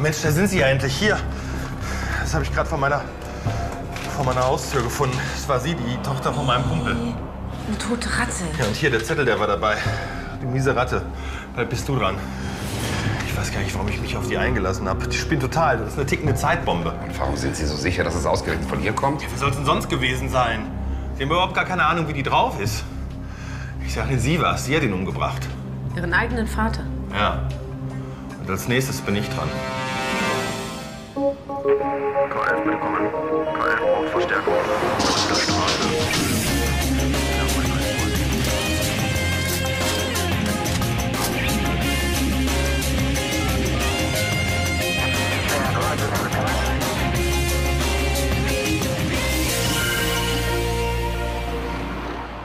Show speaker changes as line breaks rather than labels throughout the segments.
Mensch, da sind Sie ja endlich hier. Das habe ich gerade vor meiner, vor meiner Haustür gefunden. Das war sie, die Tochter von meinem Kumpel.
Eine tote Ratte.
Ja, und hier der Zettel, der war dabei. Die miese Ratte. Bald bist du dran. Ich weiß gar nicht, warum ich mich auf die eingelassen habe. Die spinnt total. Das ist eine tickende Zeitbombe.
Und warum sind Sie so sicher, dass es ausgerechnet von ihr kommt?
Wer soll es denn sonst gewesen sein? Sie haben überhaupt gar keine Ahnung, wie die drauf ist. Ich sage, sie war es. Sie hat ihn umgebracht.
Ihren eigenen Vater.
Ja. Und als nächstes bin ich dran.
KF willkommen. KF braucht Verstärkung. Auf der Straße.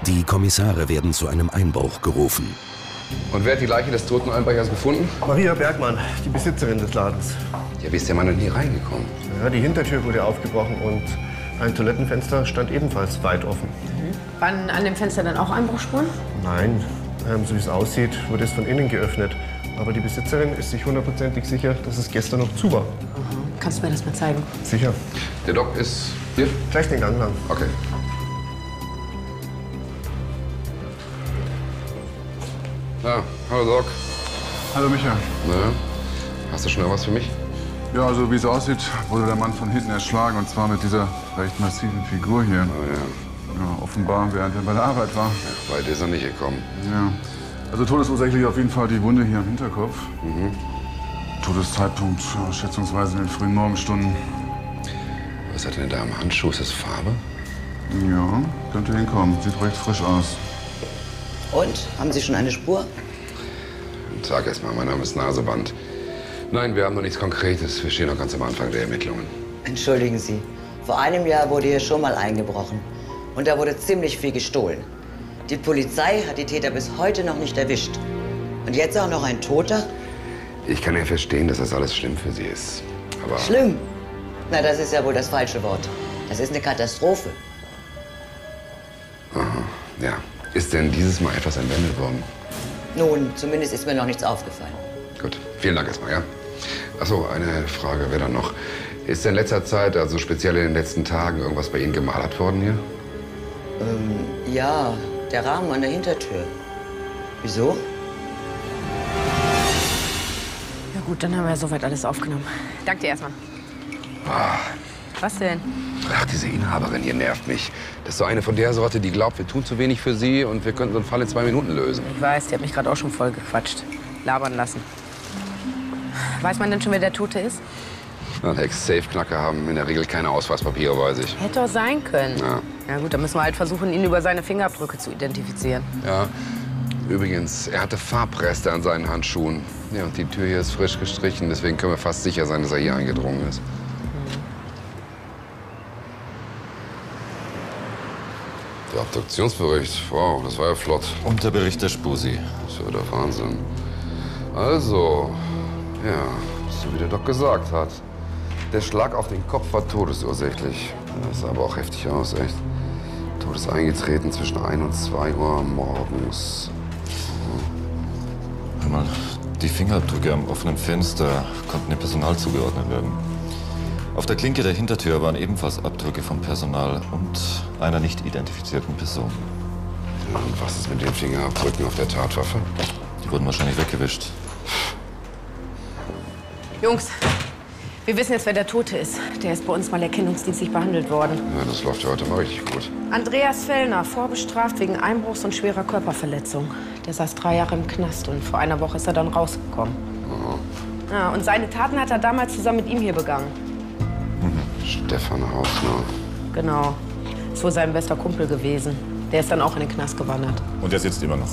Die Kommissare werden zu einem Einbruch gerufen.
Und wer hat die Leiche des toten Einbrechers gefunden?
Maria Bergmann, die Besitzerin des Ladens.
Ja, wie ist der Mann denn hier reingekommen?
Ja, die Hintertür wurde aufgebrochen und ein Toilettenfenster stand ebenfalls weit offen.
Waren an dem Fenster dann auch Einbruchspuren?
Nein, ähm, so wie es aussieht, wurde es von innen geöffnet. Aber die Besitzerin ist sich hundertprozentig sicher, dass es gestern noch zu war.
Kannst du mir das mal zeigen?
Sicher.
Der Doc ist hier?
Gleich den Gang lang.
Okay. Ja, hallo Doc.
Hallo Micha.
Na, hast du schon noch was für mich?
Ja, also wie es aussieht, wurde der Mann von hinten erschlagen und zwar mit dieser recht massiven Figur hier.
Oh ja,
Ja, offenbar, während er bei der Arbeit war.
weit ist er nicht gekommen.
Ja. Also todesursächlich auf jeden Fall die Wunde hier am Hinterkopf. Todeszeitpunkt ja, schätzungsweise in den frühen Morgenstunden.
Was hat denn da am Handschuh? Ist das Farbe?
Ja, könnte hinkommen. Sieht recht frisch aus.
Und? Haben Sie schon eine Spur?
Guten Tag erstmal, mein Name ist Naseband. Nein, wir haben noch nichts Konkretes. Wir stehen noch ganz am Anfang der Ermittlungen.
Entschuldigen Sie. Vor einem Jahr wurde hier schon mal eingebrochen. Und da wurde ziemlich viel gestohlen. Die Polizei hat die Täter bis heute noch nicht erwischt. Und jetzt auch noch ein Toter?
Ich kann ja verstehen, dass das alles schlimm für Sie ist. Aber
Schlimm. Na, das ist ja wohl das falsche Wort. Das ist eine Katastrophe.
ja, ist denn dieses Mal etwas entwendet worden?
Nun, zumindest ist mir noch nichts aufgefallen.
Gut, vielen Dank erstmal, ja? Achso, eine Frage wäre dann noch. Ist in letzter Zeit, also speziell in den letzten Tagen, irgendwas bei Ihnen gemalert worden hier?
Ja, der Rahmen an der Hintertür. Wieso?
Ja gut, dann haben wir soweit alles aufgenommen. Dank dir erstmal. Ah. Was denn?
Ach, diese Inhaberin hier nervt mich. Das ist so eine von der Sorte, die glaubt, wir tun zu wenig für sie und wir könnten so einen Fall in zwei Minuten lösen.
Ich weiß, die hat mich gerade auch schon voll gequatscht. Labern lassen. Weiß man denn schon, wer der Tote ist?
Und Ex-Safe-Knacker haben in der Regel keine Ausweispapiere bei sich.
Hätte doch sein können.
Ja.
Na gut, dann müssen wir halt versuchen, ihn über seine Fingerabdrücke zu identifizieren.
Ja. Übrigens, er hatte Farbreste an seinen Handschuhen. Ja, und die Tür hier ist frisch gestrichen, deswegen können wir fast sicher sein, dass er hier eingedrungen ist. Der Abduktionsbericht, wow, das war ja flott.
Und der Bericht der Spusi.
Das war der Wahnsinn. Also, ja, so wie der Doc gesagt hat. Der Schlag auf den Kopf war todesursächlich. Das sah aber auch heftig aus, echt. Tod ist eingetreten zwischen 1 und 2 Uhr morgens.
Hör mal, die Fingerabdrücke am offenen Fenster konnten dem Personal zugeordnet werden. Auf der Klinke der Hintertür waren ebenfalls Abdrücke vom Personal und einer nicht identifizierten Person.
Ja, Und was ist mit den Fingerabdrücken auf der Tatwaffe?
Die wurden wahrscheinlich weggewischt.
Jungs, wir wissen jetzt, wer der Tote ist. Der ist bei uns mal erkennungsdienstlich behandelt worden.
Ja, das läuft ja heute mal richtig gut.
Andreas Fellner, vorbestraft wegen Einbruchs und schwerer Körperverletzung. Der saß drei Jahre im Knast und vor einer Woche ist er dann rausgekommen. Ja, und seine Taten hat er damals zusammen mit ihm hier begangen.
Stefan Hausner.
Genau. Ist wohl sein bester Kumpel gewesen. Der ist dann auch in den Knast gewandert.
Und der sitzt immer noch.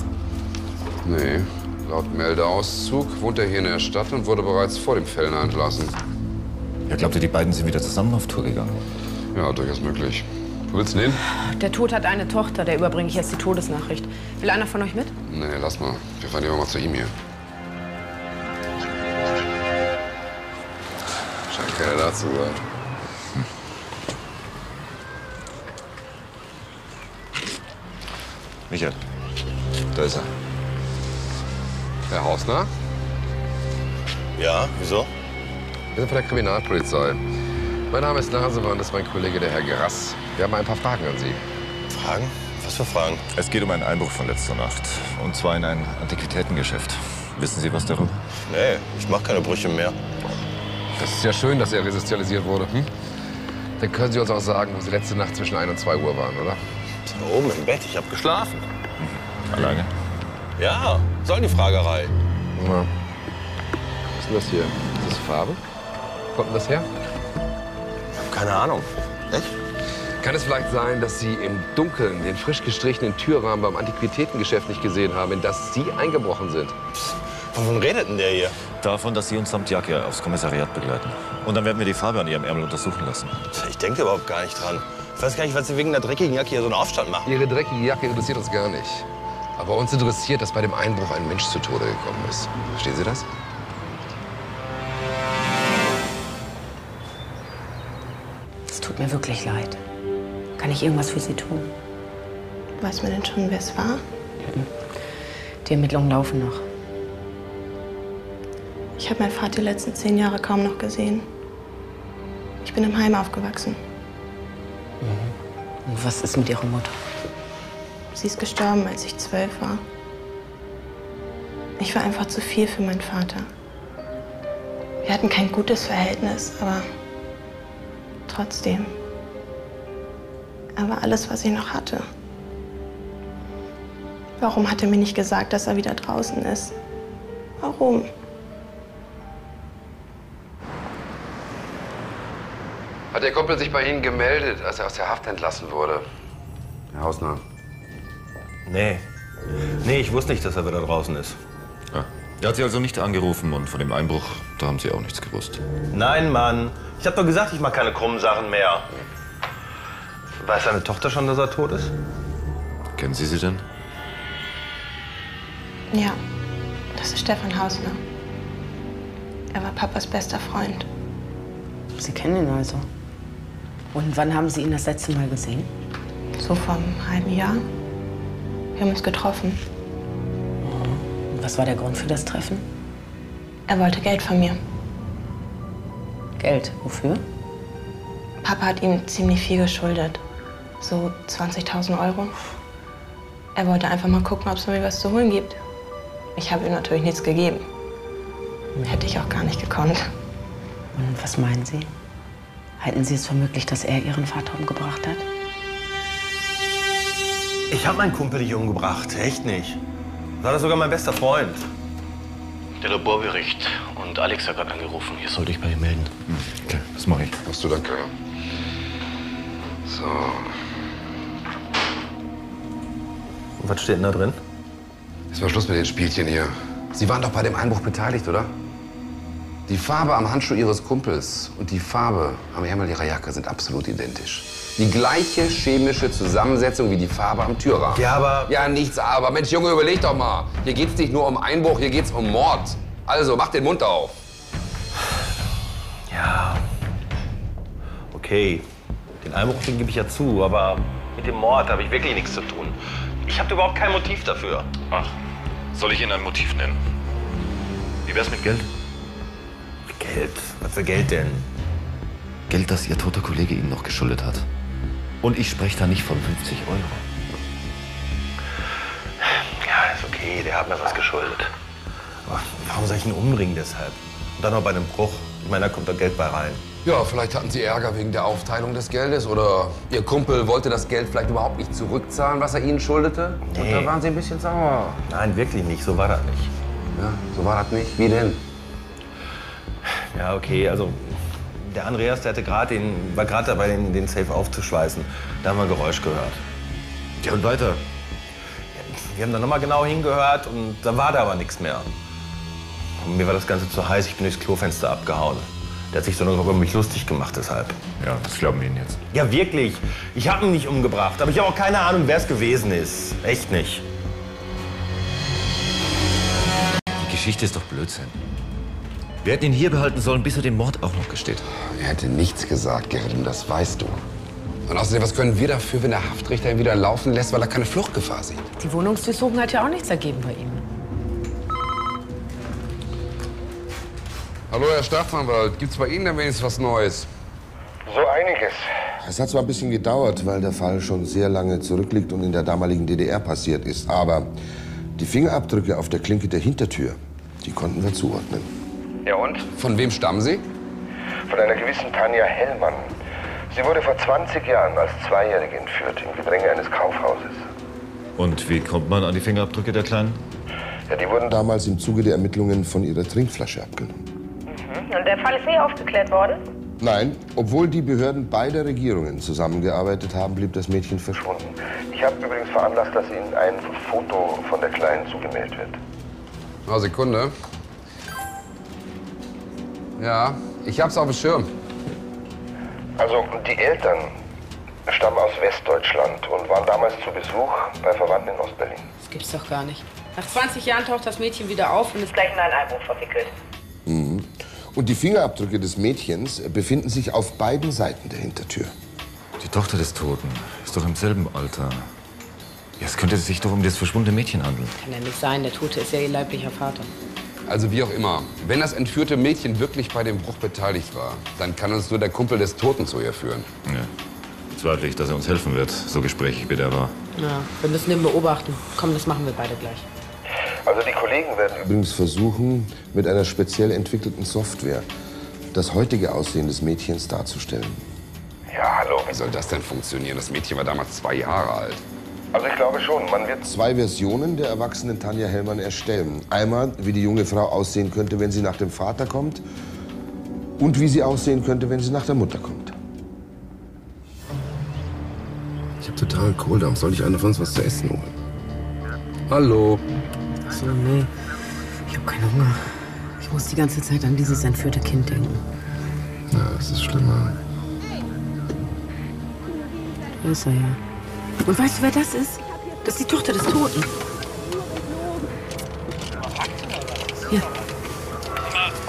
Nee, laut Meldeauszug wohnt er hier in der Stadt und wurde bereits vor dem Fellner entlassen.
Ja, glaubt ihr, die beiden sind wieder zusammen auf Tour gegangen?
Ja, durchaus möglich. Du willst ihn nehmen?
Der Tod hat eine Tochter, der überbringe ich jetzt die Todesnachricht. Will einer von euch mit?
Nee, lass mal. Wir fahren lieber mal zu ihm hier. Scheint keiner da zu sein.
Michael, da ist er.
Herr Hausner?
Ja, wieso?
Wir sind von der Kriminalpolizei. Mein Name ist Nasemann, das ist mein Kollege, der Herr Grass. Wir haben ein paar Fragen an Sie.
Fragen? Was für Fragen? Es geht um einen Einbruch von letzter Nacht. Und zwar in ein Antiquitätengeschäft. Wissen Sie was darüber?
Nee, ich mach keine Brüche mehr.
Das ist ja schön, dass er resozialisiert wurde. Hm? Dann können Sie uns auch sagen, wo Sie letzte Nacht zwischen 1 und 2 Uhr waren, oder?
Da oben im Bett, ich hab geschlafen.
Alleine?
Ja, soll die Fragerei.
Ja. Was ist denn das hier? Ist das Farbe? Kommt denn das her?
Keine Ahnung. Echt?
Kann es vielleicht sein, dass Sie im Dunkeln den frisch gestrichenen Türrahmen beim Antiquitätengeschäft nicht gesehen haben, in das Sie eingebrochen sind?
Wovon redet denn der hier?
Davon, dass Sie uns samt Jacke aufs Kommissariat begleiten. Und dann werden wir die Farbe an Ihrem Ärmel untersuchen lassen.
Ich denke da überhaupt gar nicht dran. Ich weiß gar nicht, was sie wegen einer dreckigen Jacke hier so einen Aufstand machen.
Ihre dreckige Jacke interessiert uns gar nicht. Aber uns interessiert, dass bei dem Einbruch ein Mensch zu Tode gekommen ist. Verstehen Sie das?
Es tut mir wirklich leid. Kann ich irgendwas für Sie tun?
Weiß man denn schon, wer es war?
Die Ermittlungen laufen noch.
Ich habe meinen Vater die letzten zehn Jahre kaum noch gesehen. Ich bin im Heim aufgewachsen.
Und was ist mit Ihrer Mutter?
Sie ist gestorben, als ich zwölf war. Ich war einfach zu viel für meinen Vater. Wir hatten kein gutes Verhältnis, aber trotzdem. Aber alles, was ich noch hatte. Warum hat er mir nicht gesagt, dass er wieder draußen ist? Warum?
Hat der Kumpel sich bei Ihnen gemeldet, als er aus der Haft entlassen wurde? Herr Hausner.
Nee. Nee, ich wusste nicht, dass er wieder draußen ist.
Ja. Er hat Sie also nicht angerufen und von dem Einbruch, da haben Sie auch nichts gewusst.
Nein, Mann. Ich hab doch gesagt, ich mach keine krummen Sachen mehr. Weiß seine Tochter schon, dass er tot ist?
Kennen Sie sie denn?
Ja, das ist Stefan Hausner. Er war Papas bester Freund.
Sie kennen ihn also. Und wann haben Sie ihn das letzte Mal gesehen?
So vor einem halben Jahr. Wir haben uns getroffen.
Und was war der Grund für das Treffen?
Er wollte Geld von mir.
Geld. Wofür?
Papa hat ihm ziemlich viel geschuldet. So 20.000 Euro. Er wollte einfach mal gucken, ob es mir was zu holen gibt. Ich habe ihm natürlich nichts gegeben. Hätte ich auch gar nicht gekonnt.
Und was meinen Sie? Halten Sie es für möglich, dass er Ihren Vater umgebracht hat?
Ich hab meinen Kumpel nicht umgebracht. Echt nicht. War das sogar mein bester Freund.
Der Laborbericht. Und Alex hat gerade angerufen. Ihr sollt euch bei ihm melden.
Okay, das mache ich.
Hast du danke. So.
Und was steht denn da drin?
Jetzt mal Schluss mit den Spielchen hier. Sie waren doch bei dem Einbruch beteiligt, oder? Die Farbe am Handschuh Ihres Kumpels und die Farbe am Ärmel Ihrer Jacke sind absolut identisch. Die gleiche chemische Zusammensetzung wie die Farbe am Türrahmen.
Ja, aber-
Ja, nichts aber. Mensch, Junge, überleg doch mal. Hier geht's nicht nur um Einbruch, hier geht's um Mord. Also, mach den Mund auf.
Ja. Okay. Den Einbruch, den gebe ich ja zu, aber mit dem Mord habe ich wirklich nichts zu tun. Ich habe überhaupt kein Motiv dafür.
Ach, soll ich Ihnen ein Motiv nennen? Wie wär's mit Geld?
Geld? Was für Geld denn?
Geld, das Ihr toter Kollege Ihnen noch geschuldet hat. Und ich spreche da nicht von 50 Euro.
Ja, ist okay, der hat mir was geschuldet. Aber warum soll ich ihn umbringen deshalb? Und dann noch bei einem Bruch. Ich meine, da kommt doch Geld bei rein.
Ja, vielleicht hatten Sie Ärger wegen der Aufteilung des Geldes oder Ihr Kumpel wollte das Geld vielleicht überhaupt nicht zurückzahlen, was er Ihnen schuldete. Und
Nee.
da waren Sie ein bisschen sauer.
Nein, wirklich nicht. So war das nicht.
Ja, so war das nicht. Wie denn?
Ja, okay, also der Andreas, der hatte gerade den, war gerade dabei, den, den Safe aufzuschweißen. Da haben wir ein Geräusch gehört.
Ja, und weiter.
Wir haben dann nochmal genau hingehört und dann war da aber nichts mehr. Und mir war das Ganze zu heiß, ich bin durchs Klofenster abgehauen. Der hat sich so noch über mich lustig gemacht deshalb.
Ja, das glauben wir Ihnen jetzt.
Ja, wirklich. Ich habe ihn nicht umgebracht, aber ich habe auch keine Ahnung, wer es gewesen ist. Echt nicht.
Die Geschichte ist doch Blödsinn. Wir hätten ihn hier behalten sollen, bis er den Mord auch noch gesteht.
Er hätte nichts gesagt, Gerrit, das weißt du. Und außerdem, was können wir dafür, wenn der Haftrichter ihn wieder laufen lässt, weil er keine Fluchtgefahr sieht?
Die Wohnungsdurchsuchung hat ja auch nichts ergeben bei ihm.
Hallo, Herr Staatsanwalt. Gibt's bei Ihnen denn wenigstens was Neues?
So einiges.
Es hat zwar ein bisschen gedauert, weil der Fall schon sehr lange zurückliegt und in der damaligen DDR passiert ist, aber die Fingerabdrücke auf der Klinke der Hintertür, die konnten wir zuordnen.
Ja und?
Von wem stammen Sie?
Von einer gewissen Tanja Hellmann. Sie wurde vor 20 Jahren als Zweijährige entführt im Gedränge eines Kaufhauses.
Und wie kommt man an die Fingerabdrücke der Kleinen?
Ja, die wurden
damals im Zuge der Ermittlungen von ihrer Trinkflasche abgenommen.
Mhm. Und der Fall ist nie aufgeklärt worden?
Nein, obwohl die Behörden beider Regierungen zusammengearbeitet haben, blieb das Mädchen verschwunden.
Ich habe übrigens veranlasst, dass Ihnen ein Foto von der Kleinen zugemeldet wird.
Na, Sekunde. Ja, ich hab's auf dem Schirm.
Also die Eltern stammen aus Westdeutschland und waren damals zu Besuch bei Verwandten in Ostberlin.
Das gibt's doch gar nicht. Nach 20 Jahren taucht das Mädchen wieder auf und ist gleich in einen Einbruch verwickelt.
Mhm. Und die Fingerabdrücke des Mädchens befinden sich auf beiden Seiten der Hintertür.
Die Tochter des Toten ist doch im selben Alter. Ja, es könnte sich doch um das verschwundene Mädchen handeln.
Kann ja nicht sein, der Tote ist ja ihr leiblicher Vater.
Also wie auch immer, wenn das entführte Mädchen wirklich bei dem Bruch beteiligt war, dann kann uns nur der Kumpel des Toten zu ihr führen.
Ja. Zweifle ich, dass er uns helfen wird, so gesprächig wie der war.
Ja, wir müssen den beobachten. Komm, das machen wir beide gleich.
Also die Kollegen werden
Übrigens versuchen, mit einer speziell entwickelten Software das heutige Aussehen des Mädchens darzustellen.
Ja, hallo.
Wie soll das denn funktionieren? Das Mädchen war damals zwei Jahre alt.
Also ich glaube schon, man wird
Zwei Versionen der erwachsenen Tanja Hellmann erstellen. Einmal, wie die junge Frau aussehen könnte, wenn sie nach dem Vater kommt. Und wie sie aussehen könnte, wenn sie nach der Mutter kommt.
Ich hab total Kohldampf. Soll ich einer von uns was zu essen holen?
Hallo.
Achso, nee. Ich habe keinen Hunger. Ich muss die ganze Zeit an dieses entführte Kind denken.
Ja, es ist schlimmer.
Da ist er ja. Und weißt du, wer das ist? Das ist die Tochter des Toten. Hier.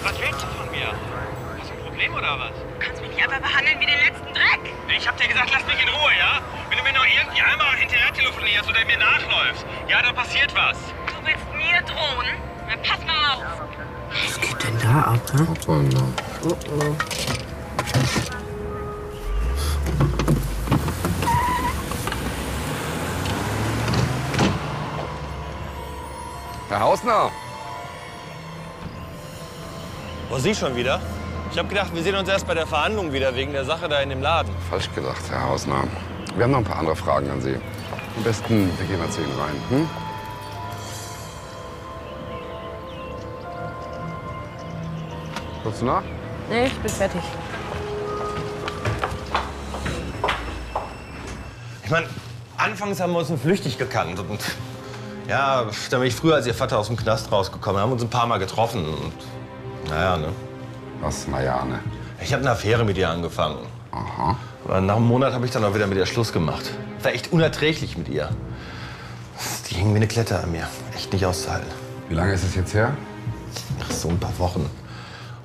Was willst du von mir? Hast du ein Problem oder was?
Kannst mich nicht einfach behandeln wie den letzten Dreck.
Ich hab dir gesagt, lass mich in Ruhe, ja? Wenn du mir noch irgendwie einmal hinterher telefonierst oder mir nachläufst, ja, dann passiert was.
Du willst mir drohen? Dann pass mal auf.
Was geht denn da ab, ne?
Hoppala.
Oh, oh.
Herr Hausner,
Oh, Sie schon wieder? Ich hab gedacht, wir sehen uns erst bei der Verhandlung wieder wegen der Sache da in dem Laden.
falsch gedacht, Herr Hausner. Wir haben noch ein paar andere Fragen an Sie. Am besten, wir gehen mal zu Ihnen rein. Hm? Kommst du nach?
Nee, ich bin fertig.
Ich meine, anfangs haben wir uns nur flüchtig gekannt und ja, dann bin ich früher als ihr Vater aus dem Knast rausgekommen. Wir haben uns ein paar Mal getroffen und naja, ne?
Was, naja, ne?
Ich habe eine Affäre mit ihr angefangen. Aha. Aber nach einem Monat habe ich dann auch wieder mit ihr Schluss gemacht. War echt unerträglich mit ihr. Die hing wie eine Klette an mir. Echt nicht auszuhalten.
Wie lange ist es jetzt her?
Ach, so ein paar Wochen.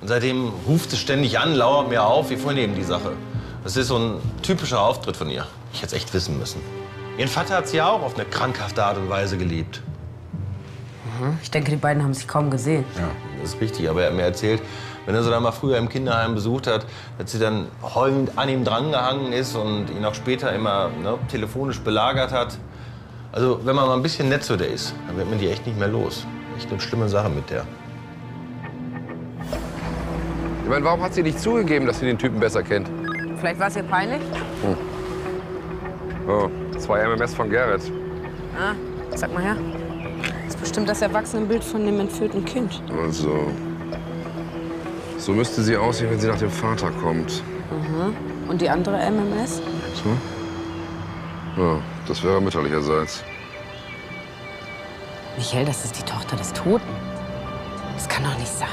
Und seitdem ruft sie ständig an, lauert mir auf, wir vornehmen die Sache. Das ist so ein typischer Auftritt von ihr. Ich hätte es echt wissen müssen. Ihren Vater hat sie auch auf eine krankhafte Art und Weise geliebt.
Ich denke, die beiden haben sich kaum gesehen.
Ja, das ist richtig. Aber er hat mir erzählt, wenn er sie dann mal früher im Kinderheim besucht hat, dass sie dann heulend an ihm drangehangen ist und ihn auch später immer ne, telefonisch belagert hat. Also, wenn man mal ein bisschen nett zu der ist, dann wird man die echt nicht mehr los. Echt eine schlimme Sache mit der.
Ich meine, warum hat sie nicht zugegeben, dass sie den Typen besser kennt?
Vielleicht war es ihr peinlich?
Oh, zwei MMS von Gerrit.
Ah, sag mal her. Das ist bestimmt das Erwachsenenbild von dem entführten Kind.
Also, so müsste sie aussehen, wenn sie nach dem Vater kommt.
Mhm. Und die andere MMS?
So? Ja, das wäre mütterlicherseits.
Michael, das ist die Tochter des Toten.
Das kann doch nicht sein.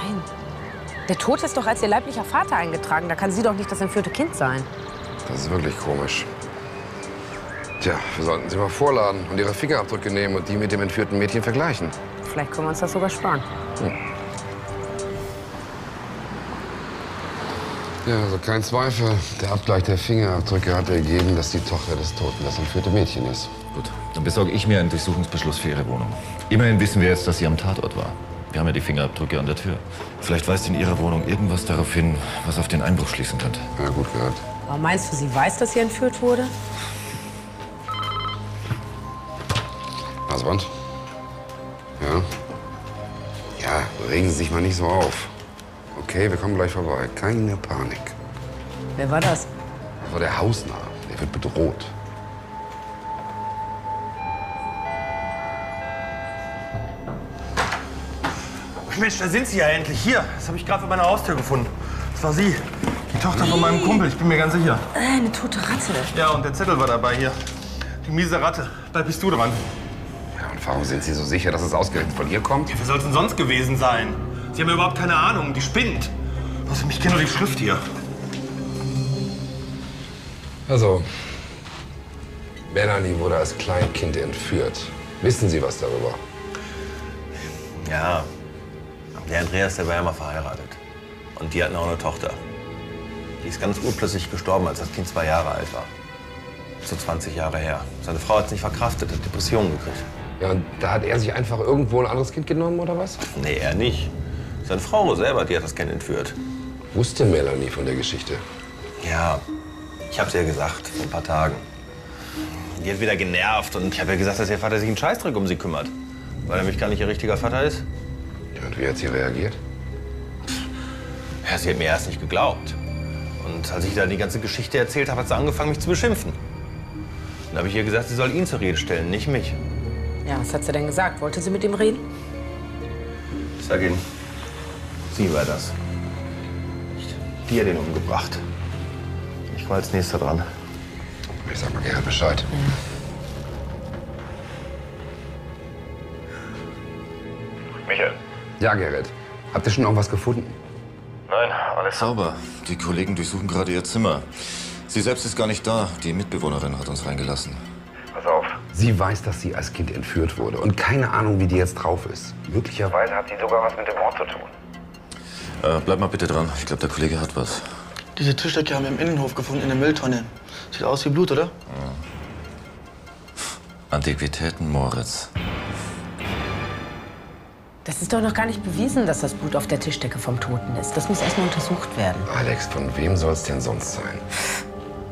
Der Tod ist doch als ihr leiblicher Vater eingetragen. Da kann sie doch nicht das entführte Kind sein.
Das ist wirklich komisch. Tja, wir sollten sie mal vorladen und ihre Fingerabdrücke nehmen und die mit dem entführten Mädchen vergleichen.
Vielleicht können wir uns das sogar sparen.
Ja, also kein Zweifel. Der Abgleich der Fingerabdrücke hat ergeben, dass die Tochter des Toten das entführte Mädchen ist.
Gut, dann besorge ich mir einen Durchsuchungsbeschluss für Ihre Wohnung. Immerhin wissen wir jetzt, dass sie am Tatort war. Wir haben ja die Fingerabdrücke an der Tür. Vielleicht weist in Ihrer Wohnung irgendwas darauf hin, was auf den Einbruch schließen könnte.
Ja, gut gehört.
Aber meinst du, sie weiß, dass sie entführt wurde?
Hasband? Ja? Ja, regen Sie sich mal nicht so auf. Okay, wir kommen gleich vorbei. Keine Panik.
Wer war das?
Das war der Hausnah. Der wird bedroht.
Mensch, da sind Sie ja endlich. Hier, das habe ich gerade vor meiner Haustür gefunden. Das war sie. Die Tochter von meinem Kumpel, ich bin mir ganz sicher.
Äh,
Eine tote Ratte.
Ja, und der Zettel war dabei hier. Die miese Ratte. Da bist du dran.
Und warum sind Sie so sicher, dass es ausgerechnet von hier kommt?
Wer soll es denn sonst gewesen sein? Sie haben ja überhaupt keine Ahnung. Die spinnt. Was, ich kenne doch die Schrift hier.
Also, Melanie wurde als Kleinkind entführt. Wissen Sie was darüber?
Ja, der Andreas, der war ja mal verheiratet. Und die hatten auch eine Tochter. Die ist ganz urplötzlich gestorben, als das Kind zwei Jahre alt war. So 20 Jahre her. Seine Frau hat es nicht verkraftet, hat Depressionen gekriegt.
Ja, und da hat er sich einfach irgendwo ein anderes Kind genommen, oder was?
Nee, er nicht. Seine Frau selber, die hat das Kind entführt.
Wusste Melanie von der Geschichte?
Ja, ich hab's ihr gesagt, vor ein paar Tagen. Die hat wieder genervt und ich habe ihr gesagt, dass ihr Vater sich einen Scheißdreck um sie kümmert. Weil er nämlich gar nicht ihr richtiger Vater ist.
Und wie hat sie reagiert?
Ja, sie hat mir erst nicht geglaubt. Und als ich dann die ganze Geschichte erzählt habe, hat sie angefangen, mich zu beschimpfen. Dann habe ich ihr gesagt, sie soll ihn zur Rede stellen, nicht mich.
Ja, was hat sie denn gesagt? Wollte sie mit ihm reden?
Ich sage Ihnen, sie war das. Die hat ihn umgebracht. Ich war als nächster dran.
Ich sag mal gerne Bescheid.
Michael?
Ja, Gerrit. Habt ihr schon irgendwas gefunden?
Nein, alles
sauber. Die Kollegen durchsuchen gerade ihr Zimmer. Sie selbst ist gar nicht da. Die Mitbewohnerin hat uns reingelassen.
Pass auf.
Sie weiß, dass sie als Kind entführt wurde und keine Ahnung, wie die jetzt drauf ist. Möglicherweise
hat sie sogar was mit dem Mord zu tun.
Äh, bleib mal bitte dran. Ich glaube, der Kollege hat was.
Diese Tischdecke haben wir im Innenhof gefunden, in der Mülltonne. Sieht aus wie Blut, oder?
Antiquitäten, Moritz.
Das ist doch noch gar nicht bewiesen, dass das Blut auf der Tischdecke vom Toten ist. Das muss erst mal untersucht werden.
Alex, von wem soll's denn sonst sein?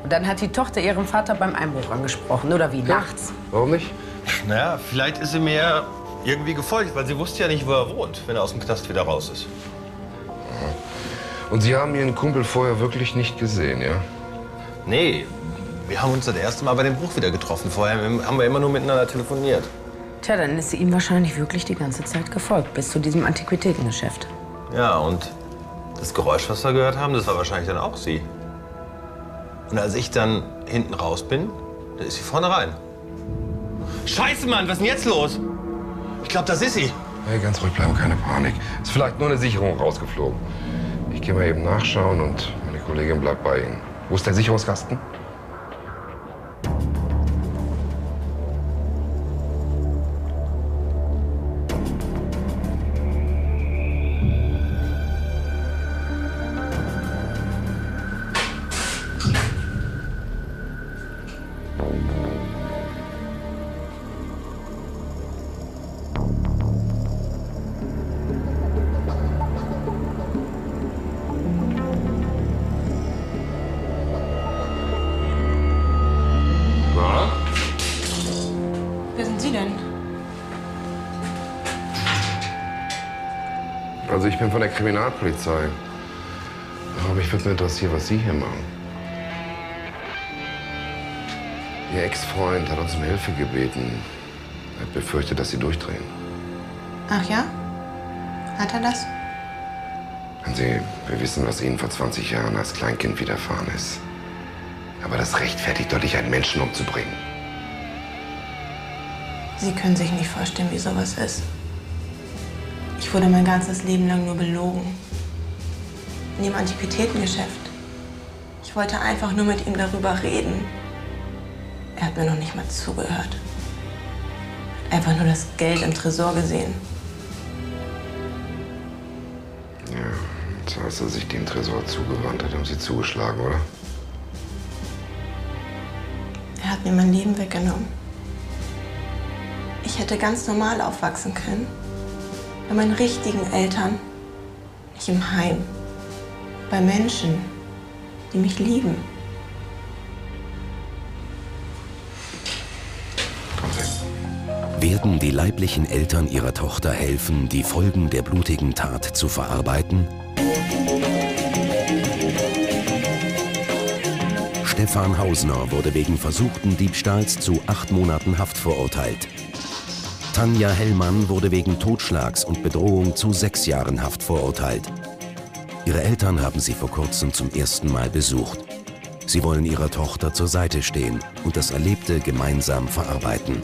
Und dann hat die Tochter ihren Vater beim Einbruch angesprochen, oder wie? Nachts.
Warum nicht?
Naja, vielleicht ist sie mir irgendwie gefolgt, weil sie wusste ja nicht, wo er wohnt, wenn er aus dem Knast wieder raus ist.
Und Sie haben Ihren Kumpel vorher wirklich nicht gesehen, ja?
Nee, wir haben uns das erste Mal bei dem Bruch wieder getroffen. Vorher haben wir immer nur miteinander telefoniert.
Tja, dann ist sie ihm wahrscheinlich wirklich die ganze Zeit gefolgt, bis zu diesem Antiquitätengeschäft.
Ja, und das Geräusch, was wir gehört haben, das war wahrscheinlich dann auch sie. Und als ich dann hinten raus bin, da ist sie vorne rein. Scheiße, Mann, was ist denn jetzt los? Ich glaube, das ist sie.
Hey, ganz ruhig bleiben, keine Panik. Ist vielleicht nur eine Sicherung rausgeflogen. Ich gehe mal eben nachschauen und meine Kollegin bleibt bei Ihnen. Wo ist der Sicherungskasten? Na?
Wer sind Sie denn?
Also ich bin von der Kriminalpolizei. Aber mich würde interessieren, was Sie hier machen. Ihr Ex-Freund hat uns um Hilfe gebeten. Er befürchtet, dass Sie durchdrehen.
Ach ja? Hat er das?
Wenn Sie, wir wissen, was Ihnen vor 20 Jahren als Kleinkind widerfahren ist. Aber das rechtfertigt doch nicht, einen Menschen umzubringen.
Sie können sich nicht vorstellen, wie sowas ist. Ich wurde mein ganzes Leben lang nur belogen. In dem Antiquitätengeschäft. Ich wollte einfach nur mit ihm darüber reden. Er hat mir noch nicht mal zugehört. Hat Einfach nur das Geld im Tresor gesehen.
Ja, jetzt als er sich dem Tresor zugewandt hat, haben Sie zugeschlagen, oder?
Er hat mir mein Leben weggenommen. Ich hätte ganz normal aufwachsen können. Bei meinen richtigen Eltern. Nicht im Heim. Bei Menschen, die mich lieben.
Werden die leiblichen Eltern ihrer Tochter helfen, die Folgen der blutigen Tat zu verarbeiten? Stefan Hausner wurde wegen versuchten Diebstahls zu acht Monaten Haft verurteilt. Tanja Hellmann wurde wegen Totschlags und Bedrohung zu sechs Jahren Haft verurteilt. Ihre Eltern haben sie vor kurzem zum ersten Mal besucht. Sie wollen ihrer Tochter zur Seite stehen und das Erlebte gemeinsam verarbeiten.